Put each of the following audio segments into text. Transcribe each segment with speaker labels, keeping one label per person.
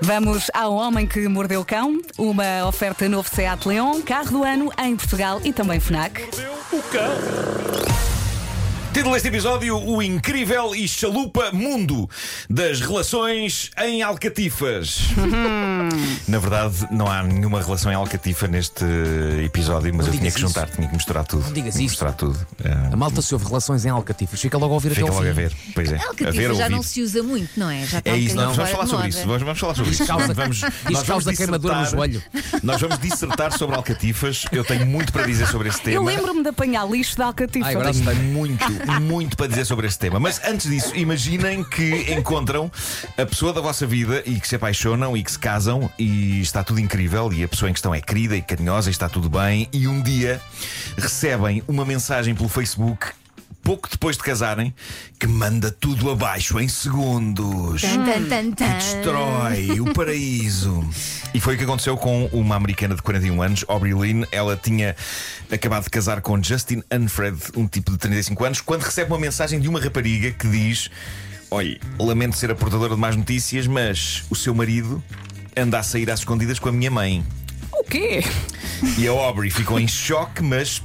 Speaker 1: Vamos ao Homem que Mordeu o Cão, uma oferta novo Seat Leon, carro do ano em Portugal e também FNAC.
Speaker 2: O cão.
Speaker 3: Título deste episódio: O incrível e chalupa mundo das relações em Alcatifas. Na verdade, não há nenhuma relação em Alcatifa neste episódio, mas
Speaker 4: Não
Speaker 3: eu tinha
Speaker 4: digas
Speaker 3: que juntar,
Speaker 4: isso.
Speaker 3: tinha que misturar tudo.
Speaker 4: Não digas
Speaker 3: Tinha
Speaker 4: isso.
Speaker 3: que misturar tudo.
Speaker 4: A
Speaker 3: Ah,
Speaker 4: malta se ouve relações em Alcatifas. Fica logo a ouvir
Speaker 3: fica
Speaker 4: até ao
Speaker 3: logo
Speaker 4: fim.
Speaker 3: a ver. Pois é.
Speaker 5: É o que
Speaker 3: a
Speaker 5: diz,
Speaker 3: ver, a
Speaker 5: já
Speaker 3: ouvir.
Speaker 5: não se usa muito, não é? Já está
Speaker 3: É
Speaker 5: um
Speaker 3: isso,
Speaker 5: bocadinho
Speaker 3: nós vamos
Speaker 5: fora
Speaker 3: falar
Speaker 5: de
Speaker 3: sobre
Speaker 5: moda.
Speaker 3: isso. Vamos, vamos falar sobre isso.
Speaker 4: causa-
Speaker 3: Nós vamos,
Speaker 4: diz
Speaker 3: nós
Speaker 4: causa
Speaker 3: vamos
Speaker 4: queimadura no
Speaker 3: dissertar-
Speaker 4: joelho.
Speaker 3: Nós vamos dissertar sobre Alcatifas. Eu tenho muito para dizer sobre esse tema.
Speaker 1: Eu lembro-me de apanhar lixo de Alcatifa.
Speaker 4: Ai, agora
Speaker 3: Tenho muito, muito para dizer sobre este tema. Mas antes disso, imaginem que encontram a pessoa da vossa vida e que se apaixonam e que se casam e está tudo incrível e a pessoa em questão é querida e carinhosa e está tudo bem. E um dia recebem uma mensagem pelo Facebook. Pouco depois de casarem, que manda tudo abaixo em segundos
Speaker 5: Tan, tan, tan,
Speaker 3: que
Speaker 5: tan.
Speaker 3: destrói o paraíso. E foi o que aconteceu com uma americana de 41 anos, Aubrey Lynn. Ela tinha acabado de casar com Justin Unfred, um tipo de 35 anos, quando recebe uma mensagem de uma rapariga que diz: Olha, lamento ser a portadora de más notícias, mas o seu marido anda a sair às escondidas com a minha mãe.
Speaker 1: O quê?
Speaker 3: E a Aubrey ficou em choque, mas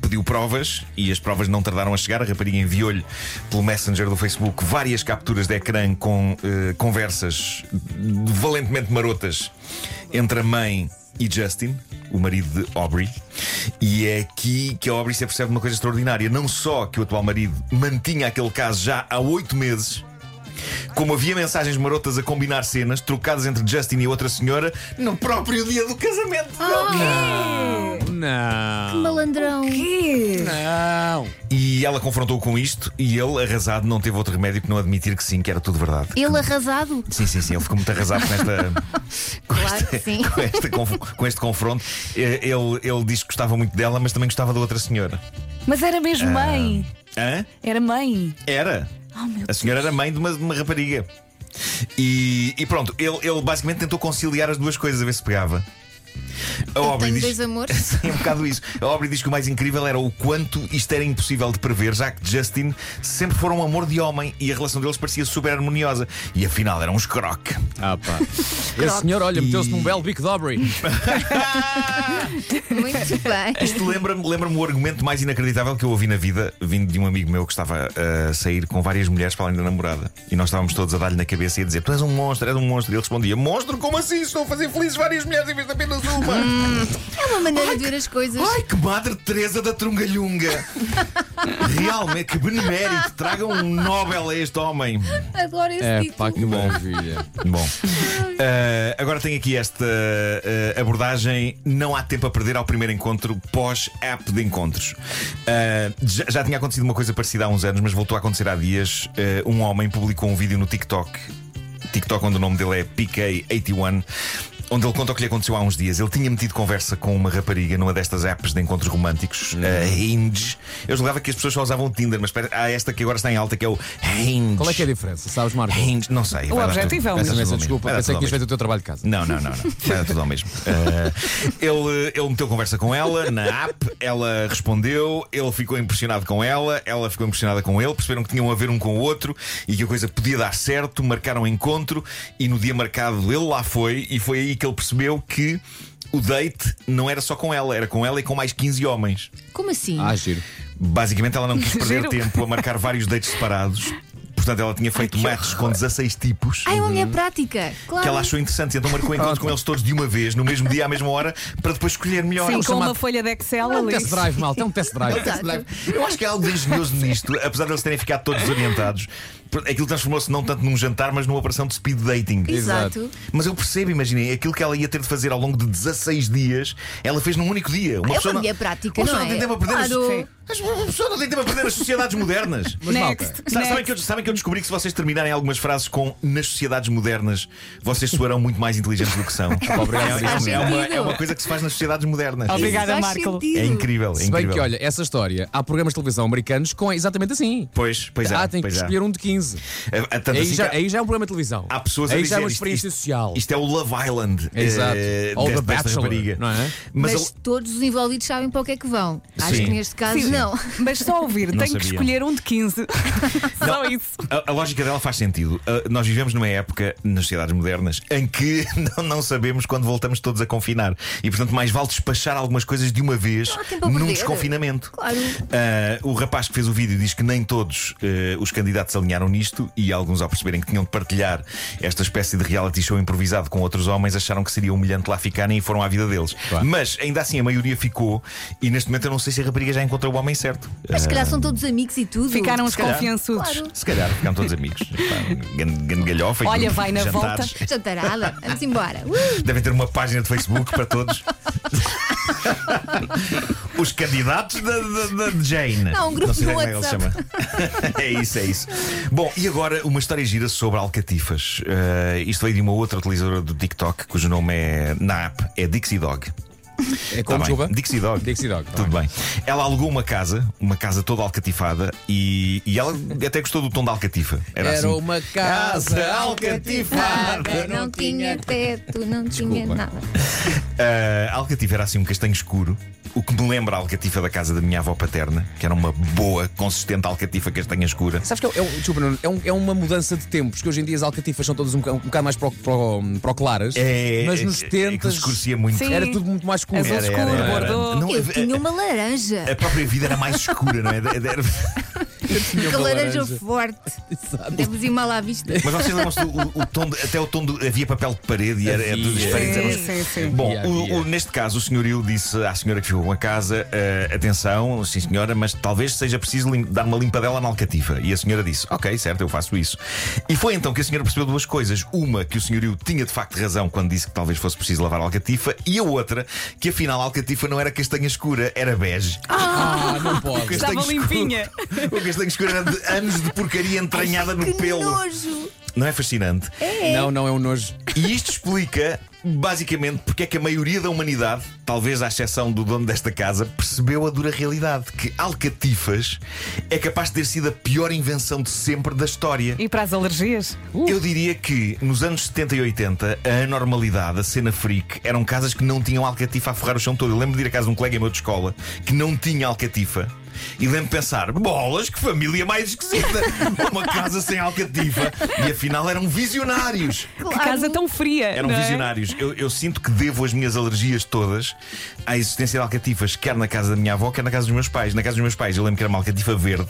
Speaker 3: pediu provas e as provas não tardaram a chegar. A rapariga enviou-lhe pelo Messenger do Facebook várias capturas de ecrã com eh, conversas valentemente marotas entre a mãe e Justin, o marido de Aubrey. E é aqui que a Aubrey se apercebe de uma coisa extraordinária. Não só que o atual marido mantinha aquele caso já há oito meses. Como havia mensagens marotas a combinar cenas trocadas entre Justin e outra senhora no próprio dia do casamento.
Speaker 4: Não.
Speaker 5: Malandrão.
Speaker 1: Quê?
Speaker 4: Não.
Speaker 3: E ela confrontou com isto e ele, arrasado, não teve outro remédio que não admitir que sim, que era tudo verdade.
Speaker 5: Ele arrasado.
Speaker 3: Sim, sim, sim, ele ficou muito arrasado com esta. com,
Speaker 5: Claro
Speaker 3: esta-
Speaker 5: que sim.
Speaker 3: com esta conf- com este confronto. Eh, Ele, ele disse que gostava muito dela, mas também gostava da outra senhora.
Speaker 1: Mas era
Speaker 4: Ah.
Speaker 1: mesmo mãe.
Speaker 3: Hã?
Speaker 1: Era mãe.
Speaker 3: Era?
Speaker 1: Oh, meu
Speaker 3: A senhora era mãe de uma, de uma rapariga. E, e pronto, ele, ele basicamente tentou conciliar as duas coisas a ver se pegava. A
Speaker 5: Eu
Speaker 3: Aubrey
Speaker 5: tenho
Speaker 3: diz-
Speaker 5: dois amores.
Speaker 3: É um bocado isso. A Aubrey diz que o mais incrível era o quanto isto era impossível de prever, já que Justin sempre fora um amor de homem e a relação deles parecia super harmoniosa. E afinal era um escroque.
Speaker 4: Ah, pá. Esse senhor, olha, meteu-se num belo bico de Aubrey.
Speaker 5: Muito bem.
Speaker 3: Isto lembra-me lembra o argumento mais inacreditável que eu ouvi na vida, vindo de um amigo meu que estava uh, a sair com várias mulheres para além da namorada. E nós estávamos todos a dar-lhe na cabeça e a dizer: Tu és um monstro, és um monstro. E ele respondia: Monstro, como assim? Estou a fazer felizes várias mulheres em vez de apenas uma.
Speaker 5: É uma maneira de ver as coisas.
Speaker 3: Ai, que Madre Teresa da Trungalhunga! Realmente, que benemérito! Tragam um Nobel a este homem.
Speaker 5: Adoro esse tipo.
Speaker 4: É,
Speaker 5: título.
Speaker 4: pá, que maravilha.
Speaker 3: Bom, eh, agora tenho aqui esta eh, abordagem. Não há tempo a perder ao primeiro encontro pós-app de encontros. Eh, já, já tinha acontecido uma coisa parecida há uns anos, mas voltou a acontecer há dias. Eh, um homem publicou um vídeo no TikTok, TikTok onde o nome dele é PK81. Onde ele conta o que lhe aconteceu há uns dias. Ele tinha metido conversa com uma rapariga numa destas apps de encontros românticos,
Speaker 4: Uhum.
Speaker 3: a Hinge. Eu julgava que as pessoas só usavam o Tinder, mas espera, há esta que agora está em alta, que é o Hinge.
Speaker 4: Qual é que é a diferença? Sabes, Marco?
Speaker 3: Hinge, não sei.
Speaker 1: O
Speaker 3: vai dar
Speaker 1: objetivo
Speaker 3: tudo-
Speaker 1: é o
Speaker 3: vai dar
Speaker 1: mesmo.
Speaker 3: tudo
Speaker 4: Essa
Speaker 3: ao
Speaker 4: desculpa,
Speaker 3: Vai dar
Speaker 4: pensei
Speaker 3: tudo
Speaker 4: que tinhas
Speaker 3: ao
Speaker 4: feito o teu trabalho de casa.
Speaker 3: não, não, não, não. Era tudo ao mesmo. Uh, ele, ele meteu conversa com ela na app, ela respondeu, ele ficou impressionado com ela, ela ficou impressionada com ele, perceberam que tinham a ver um com o outro e que a coisa podia dar certo, marcaram um encontro e no dia marcado ele lá foi e foi aí que ele percebeu que o date não era só com ela, era com ela e com mais 15 homens.
Speaker 5: Como assim?
Speaker 4: Ah, giro.
Speaker 3: Basicamente, ela não quis
Speaker 1: Giro.
Speaker 3: perder tempo a marcar vários dates separados. Portanto, ela tinha feito matches com 16 tipos
Speaker 5: Ah, é uma mulher prática. Claro.
Speaker 3: que ela achou interessante, então marcou encontro com eles todos de uma vez, no mesmo dia, à mesma hora, para depois escolher melhor.
Speaker 1: Sim,
Speaker 3: Eu
Speaker 1: com
Speaker 3: chamo-
Speaker 1: uma folha de Excel
Speaker 4: É um
Speaker 1: ali.
Speaker 4: test drive, malta. É um test drive.
Speaker 5: Exato.
Speaker 3: Eu acho que há algo de engenhoso nisto, apesar de eles terem ficado todos desorientados. Aquilo transformou-se não tanto num jantar, mas numa operação de speed dating.
Speaker 5: Exato.
Speaker 3: Mas eu percebo, imaginem, aquilo que ela ia ter de fazer ao longo de 16 dias, ela fez num único dia.
Speaker 5: É
Speaker 3: Uma pessoa
Speaker 5: uma mulher
Speaker 3: não...
Speaker 5: prática,
Speaker 3: uma pessoa
Speaker 5: não
Speaker 3: não tem
Speaker 5: é?
Speaker 3: tempo a perder as-
Speaker 5: Claro.
Speaker 3: Sim. Mas Uma pessoa não tem tempo a perder as sociedades modernas.
Speaker 4: Mas, malta,
Speaker 1: Next,
Speaker 3: Sa- Sabem
Speaker 1: next.
Speaker 3: que, eu, sabem que eu descobri que se vocês terminarem algumas frases com nas sociedades modernas, vocês soarão muito mais inteligentes do que são.
Speaker 4: Obrigado,
Speaker 3: é,
Speaker 4: Maria.
Speaker 3: é, é uma, é uma
Speaker 5: Sentido.
Speaker 3: coisa que se faz nas sociedades modernas.
Speaker 1: Obrigada,
Speaker 5: Isso faz
Speaker 1: Marco.
Speaker 5: sentido.
Speaker 3: É incrível, é
Speaker 4: Se bem
Speaker 3: incrível.
Speaker 4: que, olha, essa história, há programas de televisão americanos com exatamente assim.
Speaker 3: Pois, pois há,
Speaker 4: ah, tem que
Speaker 3: pois há.
Speaker 4: escolher um de 15. 15.
Speaker 3: A- a- tanto
Speaker 4: Aí
Speaker 3: assim
Speaker 4: já,
Speaker 3: que há-
Speaker 4: aí já é um programa de televisão.
Speaker 3: Há pessoas a
Speaker 4: aí já
Speaker 3: dizer
Speaker 4: é uma
Speaker 3: isto-
Speaker 4: experiência
Speaker 3: isto,
Speaker 4: social.
Speaker 3: Isto é o Love Island eh,
Speaker 4: Exato. Ou
Speaker 3: desta,
Speaker 4: The
Speaker 3: desta
Speaker 4: Bachelor,
Speaker 3: rapariga.
Speaker 4: não é?
Speaker 3: Mas
Speaker 5: Mas,
Speaker 3: ele-
Speaker 5: todos os envolvidos sabem para o que é que vão. Acho
Speaker 3: Sim.
Speaker 5: que neste caso
Speaker 1: Sim.
Speaker 5: não.
Speaker 1: Mas só ouvir,
Speaker 3: Não
Speaker 1: tenho que
Speaker 3: sabia.
Speaker 1: escolher um de 15. Só isso.
Speaker 3: a, a lógica dela faz sentido. Uh, nós vivemos numa época, nas sociedades modernas, em que não, não sabemos quando voltamos todos a confinar. E portanto, mais vale despachar algumas coisas de uma vez
Speaker 5: Não há tempo a
Speaker 3: num
Speaker 5: tipo, perder.
Speaker 3: desconfinamento.
Speaker 5: Claro.
Speaker 3: Ah, o rapaz que fez o vídeo diz que nem todos eh, os candidatos se alinharam nisto e alguns, ao perceberem que tinham de partilhar esta espécie de reality show improvisado com outros homens, acharam que seria humilhante lá ficarem e foram à vida deles.
Speaker 4: Claro.
Speaker 3: Mas ainda assim a maioria ficou e neste momento eu não sei se a rapariga já encontrou o homem certo.
Speaker 5: Mas se
Speaker 4: É.
Speaker 5: calhar são todos amigos e tudo.
Speaker 1: Ficaram os
Speaker 5: Se calhar.
Speaker 1: confiançudos.
Speaker 5: Claro.
Speaker 3: Se calhar ficaram todos amigos. Pá, Grande grande galhofa. e
Speaker 1: Olha, vai na
Speaker 3: jantares.
Speaker 1: volta.
Speaker 5: Jantarada. Vamos embora. Uh!
Speaker 3: Devem ter uma página de Facebook para todos. Os candidatos da, da- da Jane.
Speaker 5: Não, um grupo
Speaker 3: sei
Speaker 5: no
Speaker 3: como é que ele se
Speaker 5: WhatsApp.
Speaker 3: chama. é isso, é isso. Bom, e agora uma história gira sobre alcatifas. Eh, isto veio de uma outra utilizadora do TikTok, cujo nome é na app, é Dixie Dog.
Speaker 4: É
Speaker 3: Tá
Speaker 4: como,
Speaker 3: bem.
Speaker 4: desculpa?
Speaker 3: Dixie Dog.
Speaker 4: Dixie Dog, tá
Speaker 3: Tudo bem. Ela alugou uma casa, uma casa toda alcatifada, e, e ela até gostou do tom da alcatifa. Era, assim.
Speaker 4: uma casa
Speaker 5: Nada, Uh, não tinha teto, não tinha
Speaker 3: Desculpa.
Speaker 5: nada.
Speaker 3: A Alcatifa era assim um castanho escuro. O que me lembra a alcatifa da casa da minha avó paterna, que era uma boa, consistente alcatifa castanha escura.
Speaker 4: Sabes que é, um- desculpa, Nuno, é, um- é uma mudança de tempos, que hoje em dia as alcatifas são todas um, boca- um bocado mais pro, pro, pro claras,
Speaker 3: É,
Speaker 4: mas nos
Speaker 3: é, é que
Speaker 4: tentas
Speaker 3: escurecia muito.
Speaker 1: Sim.
Speaker 4: era tudo muito mais escuro.
Speaker 1: Azul
Speaker 3: Era, era,
Speaker 1: escuro,
Speaker 3: era, era.
Speaker 1: bordeaux.
Speaker 3: Não, é-
Speaker 5: Eu
Speaker 3: a-
Speaker 5: tinha um- uma laranja.
Speaker 3: a, a própria vida era mais escura, não é? Era- era-
Speaker 4: Tinha
Speaker 5: Que
Speaker 4: uma
Speaker 5: laranja,
Speaker 4: laranja.
Speaker 5: forte.
Speaker 4: Exato.
Speaker 5: Deves ir mal à vista.
Speaker 3: Mas vocês lembram-se do o- o tom de- até o tom do, havia papel de parede e era, é era tudo
Speaker 4: Havia.
Speaker 3: diferente. Era uns-
Speaker 1: Sim, sim, sim.
Speaker 3: Bom,
Speaker 4: Havia,
Speaker 3: o-
Speaker 4: havia.
Speaker 3: o- neste caso, o senhorio disse à senhora que ficou com a casa: eh, atenção, sim senhora, mas talvez seja preciso lim- dar uma limpadela na alcatifa. E a senhora disse: ok, certo, eu faço isso. E foi então que a senhora percebeu duas coisas. Uma, que o senhorio tinha de facto razão quando disse que talvez fosse preciso lavar a alcatifa, e a outra, que afinal a alcatifa não era castanha escura, era bege.
Speaker 4: Ah, não pode.
Speaker 1: Estava
Speaker 3: Castanho
Speaker 1: limpinha.
Speaker 3: O castanho escuro era de anos de porcaria entranhada no
Speaker 5: que
Speaker 3: um pelo.
Speaker 5: nojo.
Speaker 3: Não é fascinante?
Speaker 4: Não, não é um nojo.
Speaker 3: E isto explica, basicamente, porque é que a maioria da humanidade, talvez à exceção do dono desta casa, percebeu a dura realidade: que alcatifas é capaz de ter sido a pior invenção de sempre da história.
Speaker 1: E para as alergias?
Speaker 3: Eu diria que nos anos 70 e 80, a anormalidade, a cena freak, eram casas que não tinham alcatifa a forrar o chão todo. Eu lembro de ir à casa de um colega meu de escola que não tinha alcatifa. E lembro de pensar, bolas, que família mais esquisita! Uma casa sem alcatifa. E afinal eram visionários.
Speaker 1: Que casa tão fria.
Speaker 4: um
Speaker 3: Eram
Speaker 1: não é?
Speaker 3: visionários. Eu, eu sinto que devo as minhas alergias todas à existência de alcatifas, quer na casa da minha avó, quer na casa dos meus pais. Na casa dos meus pais, eu lembro que era uma alcatifa verde.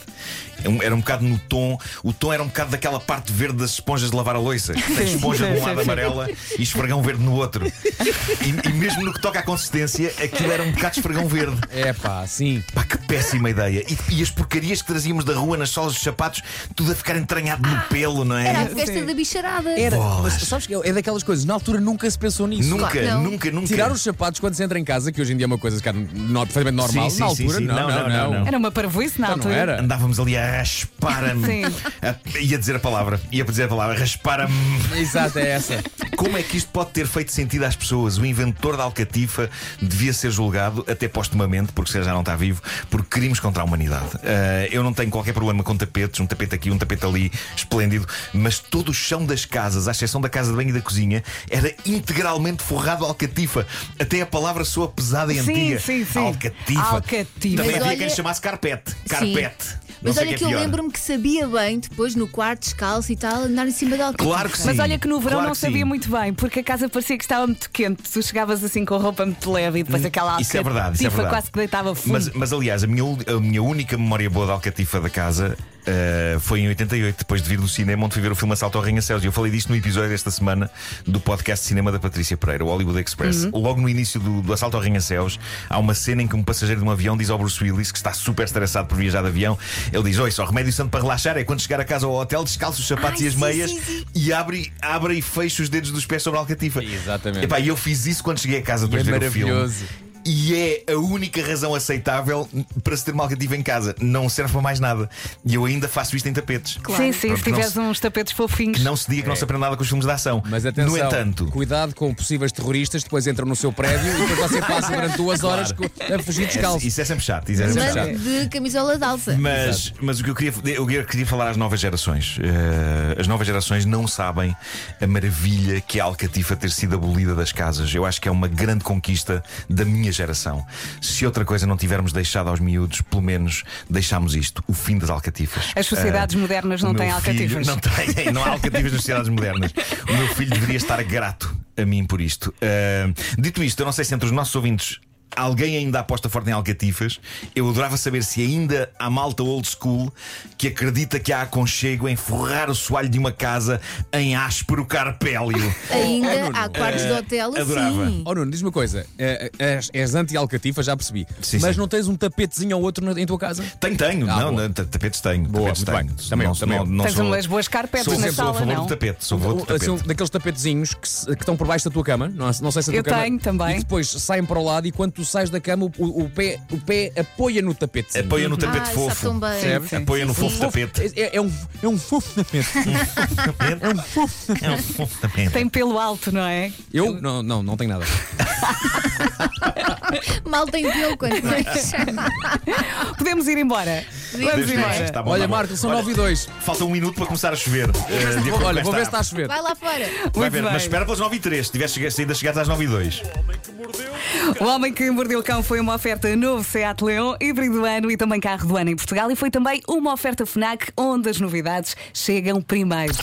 Speaker 3: Era um- Era um bocado no tom. O tom era um bocado daquela parte verde das esponjas de lavar a louça. Que Tem
Speaker 1: Sim,
Speaker 3: esponja de
Speaker 1: sim,
Speaker 3: um lado
Speaker 1: sim.
Speaker 3: amarela e esfregão verde no outro. E, e mesmo no que toca à consistência, aquilo era um bocado esfregão verde.
Speaker 4: É pá, sim.
Speaker 3: Pá, que péssima ideia. E, e as porcarias que trazíamos da rua nas solas dos sapatos, tudo a ficar entranhado no pelo, não é?
Speaker 5: Era a festa
Speaker 1: Sim.
Speaker 5: da bicharada.
Speaker 4: Era,
Speaker 3: Bolas.
Speaker 4: mas sabes que é é daquelas coisas, na altura nunca se pensou nisso.
Speaker 3: Nunca,
Speaker 5: Claro, não.
Speaker 3: nunca, nunca.
Speaker 4: Tirar os sapatos quando se entra em casa, que hoje em dia é uma coisa que é no- perfeitamente normal,
Speaker 3: Sim, sim,
Speaker 4: na
Speaker 3: sim,
Speaker 4: altura,
Speaker 3: sim.
Speaker 4: Não,
Speaker 3: Não, não,
Speaker 4: não,
Speaker 3: não, não.
Speaker 1: Era uma parvoíce na
Speaker 4: Então não
Speaker 1: altura.
Speaker 4: era.
Speaker 3: Andávamos ali a raspar-me.
Speaker 1: Sim.
Speaker 3: A- Ia dizer a palavra. Ia dizer a palavra. Raspar-me.
Speaker 4: Exato, é essa.
Speaker 3: Como é que isto pode ter feito sentido às pessoas? O inventor da Alcatifa devia ser julgado, até postumamente, porque se ele já não está vivo, por crimes contra a humanidade. Ah, eu não tenho qualquer problema com tapetes, um tapete aqui, um tapete ali, esplêndido, mas todo o chão das casas, à exceção da casa de banho e da cozinha, era integralmente forrado de Alcatifa. Até a palavra soa pesada e
Speaker 1: Sim,
Speaker 3: antiga.
Speaker 1: sim, sim.
Speaker 3: Alcatifa.
Speaker 1: Alcatifa.
Speaker 3: Também
Speaker 5: Mas
Speaker 3: havia
Speaker 5: olha-
Speaker 3: quem lhe chamasse carpete.
Speaker 5: Sim.
Speaker 3: Carpete. Não
Speaker 5: Mas
Speaker 3: sei
Speaker 5: olha
Speaker 3: o
Speaker 5: que,
Speaker 3: é
Speaker 5: eu
Speaker 3: pior.
Speaker 5: lembro-me que sabia bem, depois no quarto descalço e tal, andar em cima da alcatifa.
Speaker 3: Claro que sim.
Speaker 1: Mas olha que no verão
Speaker 3: claro
Speaker 1: não
Speaker 3: que
Speaker 1: sabia
Speaker 3: sim.
Speaker 1: muito bem, porque a casa parecia que estava muito quente. Tu chegavas assim com a roupa muito leve e depois aquela
Speaker 3: Isso é verdade, isso é
Speaker 1: alcatifa
Speaker 3: verdade.
Speaker 1: quase que deitava fundo.
Speaker 3: Mas, mas, aliás, a minha, ul- a minha única memória boa da Alcatifa da casa eh, foi em 88, depois de vir do cinema, onde fui ver o filme Assalto ao Arranha-Céus. E eu falei disto no episódio desta semana do podcast Cinema da Patrícia Pereira, o Hollywood Express.
Speaker 5: Uhum.
Speaker 3: Logo no início do, do Assalto ao Arranha-Céus, há uma cena em que um passageiro de um avião diz ao Bruce Willis, que está super estressado por viajar de avião, ele diz: Oi, só remédio santo para relaxar é quando chegar a casa ou ao hotel, descalça os sapatos
Speaker 5: Ai,
Speaker 3: e as
Speaker 5: sim,
Speaker 3: meias
Speaker 5: sim, sim.
Speaker 3: e abre, abre e fecha os dedos dos pés sobre a Alcatifa.
Speaker 4: Exatamente.
Speaker 3: Epá, e eu fiz isso quando cheguei a casa depois
Speaker 4: É
Speaker 3: de ver o filme.
Speaker 4: maravilhoso.
Speaker 3: E é a única razão aceitável para se ter uma alcativa em casa. Não serve para mais nada. E eu ainda faço isto em tapetes.
Speaker 1: Sim, sim,
Speaker 3: Pronto,
Speaker 1: se
Speaker 3: que não
Speaker 1: tiveres
Speaker 3: se-
Speaker 1: uns tapetes fofinhos.
Speaker 3: Que não se diga que não se aprende nada com os filmes de ação.
Speaker 4: É. Mas atenção,
Speaker 3: no entanto,
Speaker 4: cuidado com possíveis terroristas, depois entram no seu prédio e depois você passa durante duas horas co- a fugir descalço.
Speaker 3: isso é sempre chato. Isso é sempre chato.
Speaker 5: Mas de camisola de alça.
Speaker 3: Mas, mas o que eu queria, eu queria- queria falar às novas gerações. Eh, as novas gerações não sabem a maravilha que é a Alcatifa ter sido abolida das casas. Eu acho que é uma grande conquista da minha geração. Se outra coisa não tivermos deixado aos miúdos, pelo menos deixámos isto: o fim das Alcatifas. Eh,
Speaker 1: As sociedades modernas
Speaker 3: O
Speaker 1: não
Speaker 3: meu
Speaker 1: têm
Speaker 3: filho-
Speaker 1: alcatifas.
Speaker 3: Não tem, não há alcativas nas sociedades modernas. O meu filho deveria estar grato a mim por isto. Ah, dito isto, eu não sei se entre os nossos ouvintes. Alguém ainda aposta forte em alcatifas? Eu adorava saber se ainda há malta old school que acredita que há aconchego em forrar o soalho de uma casa em áspero carpélio.
Speaker 4: Oh,
Speaker 5: Ainda
Speaker 4: Nuno,
Speaker 5: há quartos de hotel,
Speaker 3: é,
Speaker 5: assim.
Speaker 3: adorava.
Speaker 5: sim.
Speaker 4: Oh Nuno, diz uma coisa, eh, és, és anti-alcatifa, já percebi.
Speaker 3: Sim,
Speaker 4: mas
Speaker 3: sim.
Speaker 4: não tens um tapetezinho ou outro na- em tua casa?
Speaker 3: Tenho, tenho.
Speaker 4: Ah,
Speaker 3: não,
Speaker 4: boa.
Speaker 3: não, ta- tapetes tenho.
Speaker 4: Boa,
Speaker 3: tapetes
Speaker 4: muito
Speaker 3: tenho.
Speaker 4: bem. Também eu,
Speaker 3: não,
Speaker 4: também eu.
Speaker 3: não, não
Speaker 1: Tens
Speaker 3: sou-
Speaker 1: umas boas carpetes
Speaker 3: sou,
Speaker 1: na
Speaker 3: sou a
Speaker 1: sala,
Speaker 3: favor do
Speaker 1: não?
Speaker 3: tapete. Sou a favor do
Speaker 4: Assim,
Speaker 3: tapete.
Speaker 4: daqueles tapetezinhos que, se- que estão por baixo da tua cama, não, não sei se a tua
Speaker 1: Eu
Speaker 4: cama.
Speaker 1: tenho também.
Speaker 4: E depois saem para o lado e quando tu sais da cama, o, o- o pé, o pé apoia no tapetezinho.
Speaker 3: Apoia no tapete
Speaker 5: Ai, sabe
Speaker 3: fofo.
Speaker 5: tão bem.
Speaker 1: Sim, sim.
Speaker 3: Apoia no
Speaker 5: Sim,
Speaker 3: fofo
Speaker 5: sim.
Speaker 3: É tapete.
Speaker 4: É, é um, é um fofo tapete.
Speaker 3: É um fofo. É um fofo tapete.
Speaker 1: Tem pelo alto, não é?
Speaker 4: Eu? Não, não, não tenho nada.
Speaker 5: Mal tem pelo, quanto mais.
Speaker 1: Podemos ir embora. Vamos
Speaker 3: Deixa-
Speaker 1: embora.
Speaker 3: deixa- tá bom,
Speaker 4: Olha,
Speaker 3: tá bom.
Speaker 4: Marco, são
Speaker 3: Olha,
Speaker 4: 9 e 2.
Speaker 3: Falta um minuto para começar a chover. eh, de acordo com
Speaker 4: Olha, vou
Speaker 3: esta
Speaker 4: ver se tá está a
Speaker 3: app.
Speaker 4: chover.
Speaker 5: Vai lá fora.
Speaker 3: Vai
Speaker 1: Muito
Speaker 3: ver,
Speaker 1: bem.
Speaker 3: mas espera pelas 9 e 3 se tiveres chega- se ainda chegares às 9 e 2
Speaker 1: O Homem que Mordeu o Cão foi uma oferta novo Seat Leon, híbrido do ano e também carro do ano em Portugal e foi também uma oferta FNAC onde as novidades chegam primeiro.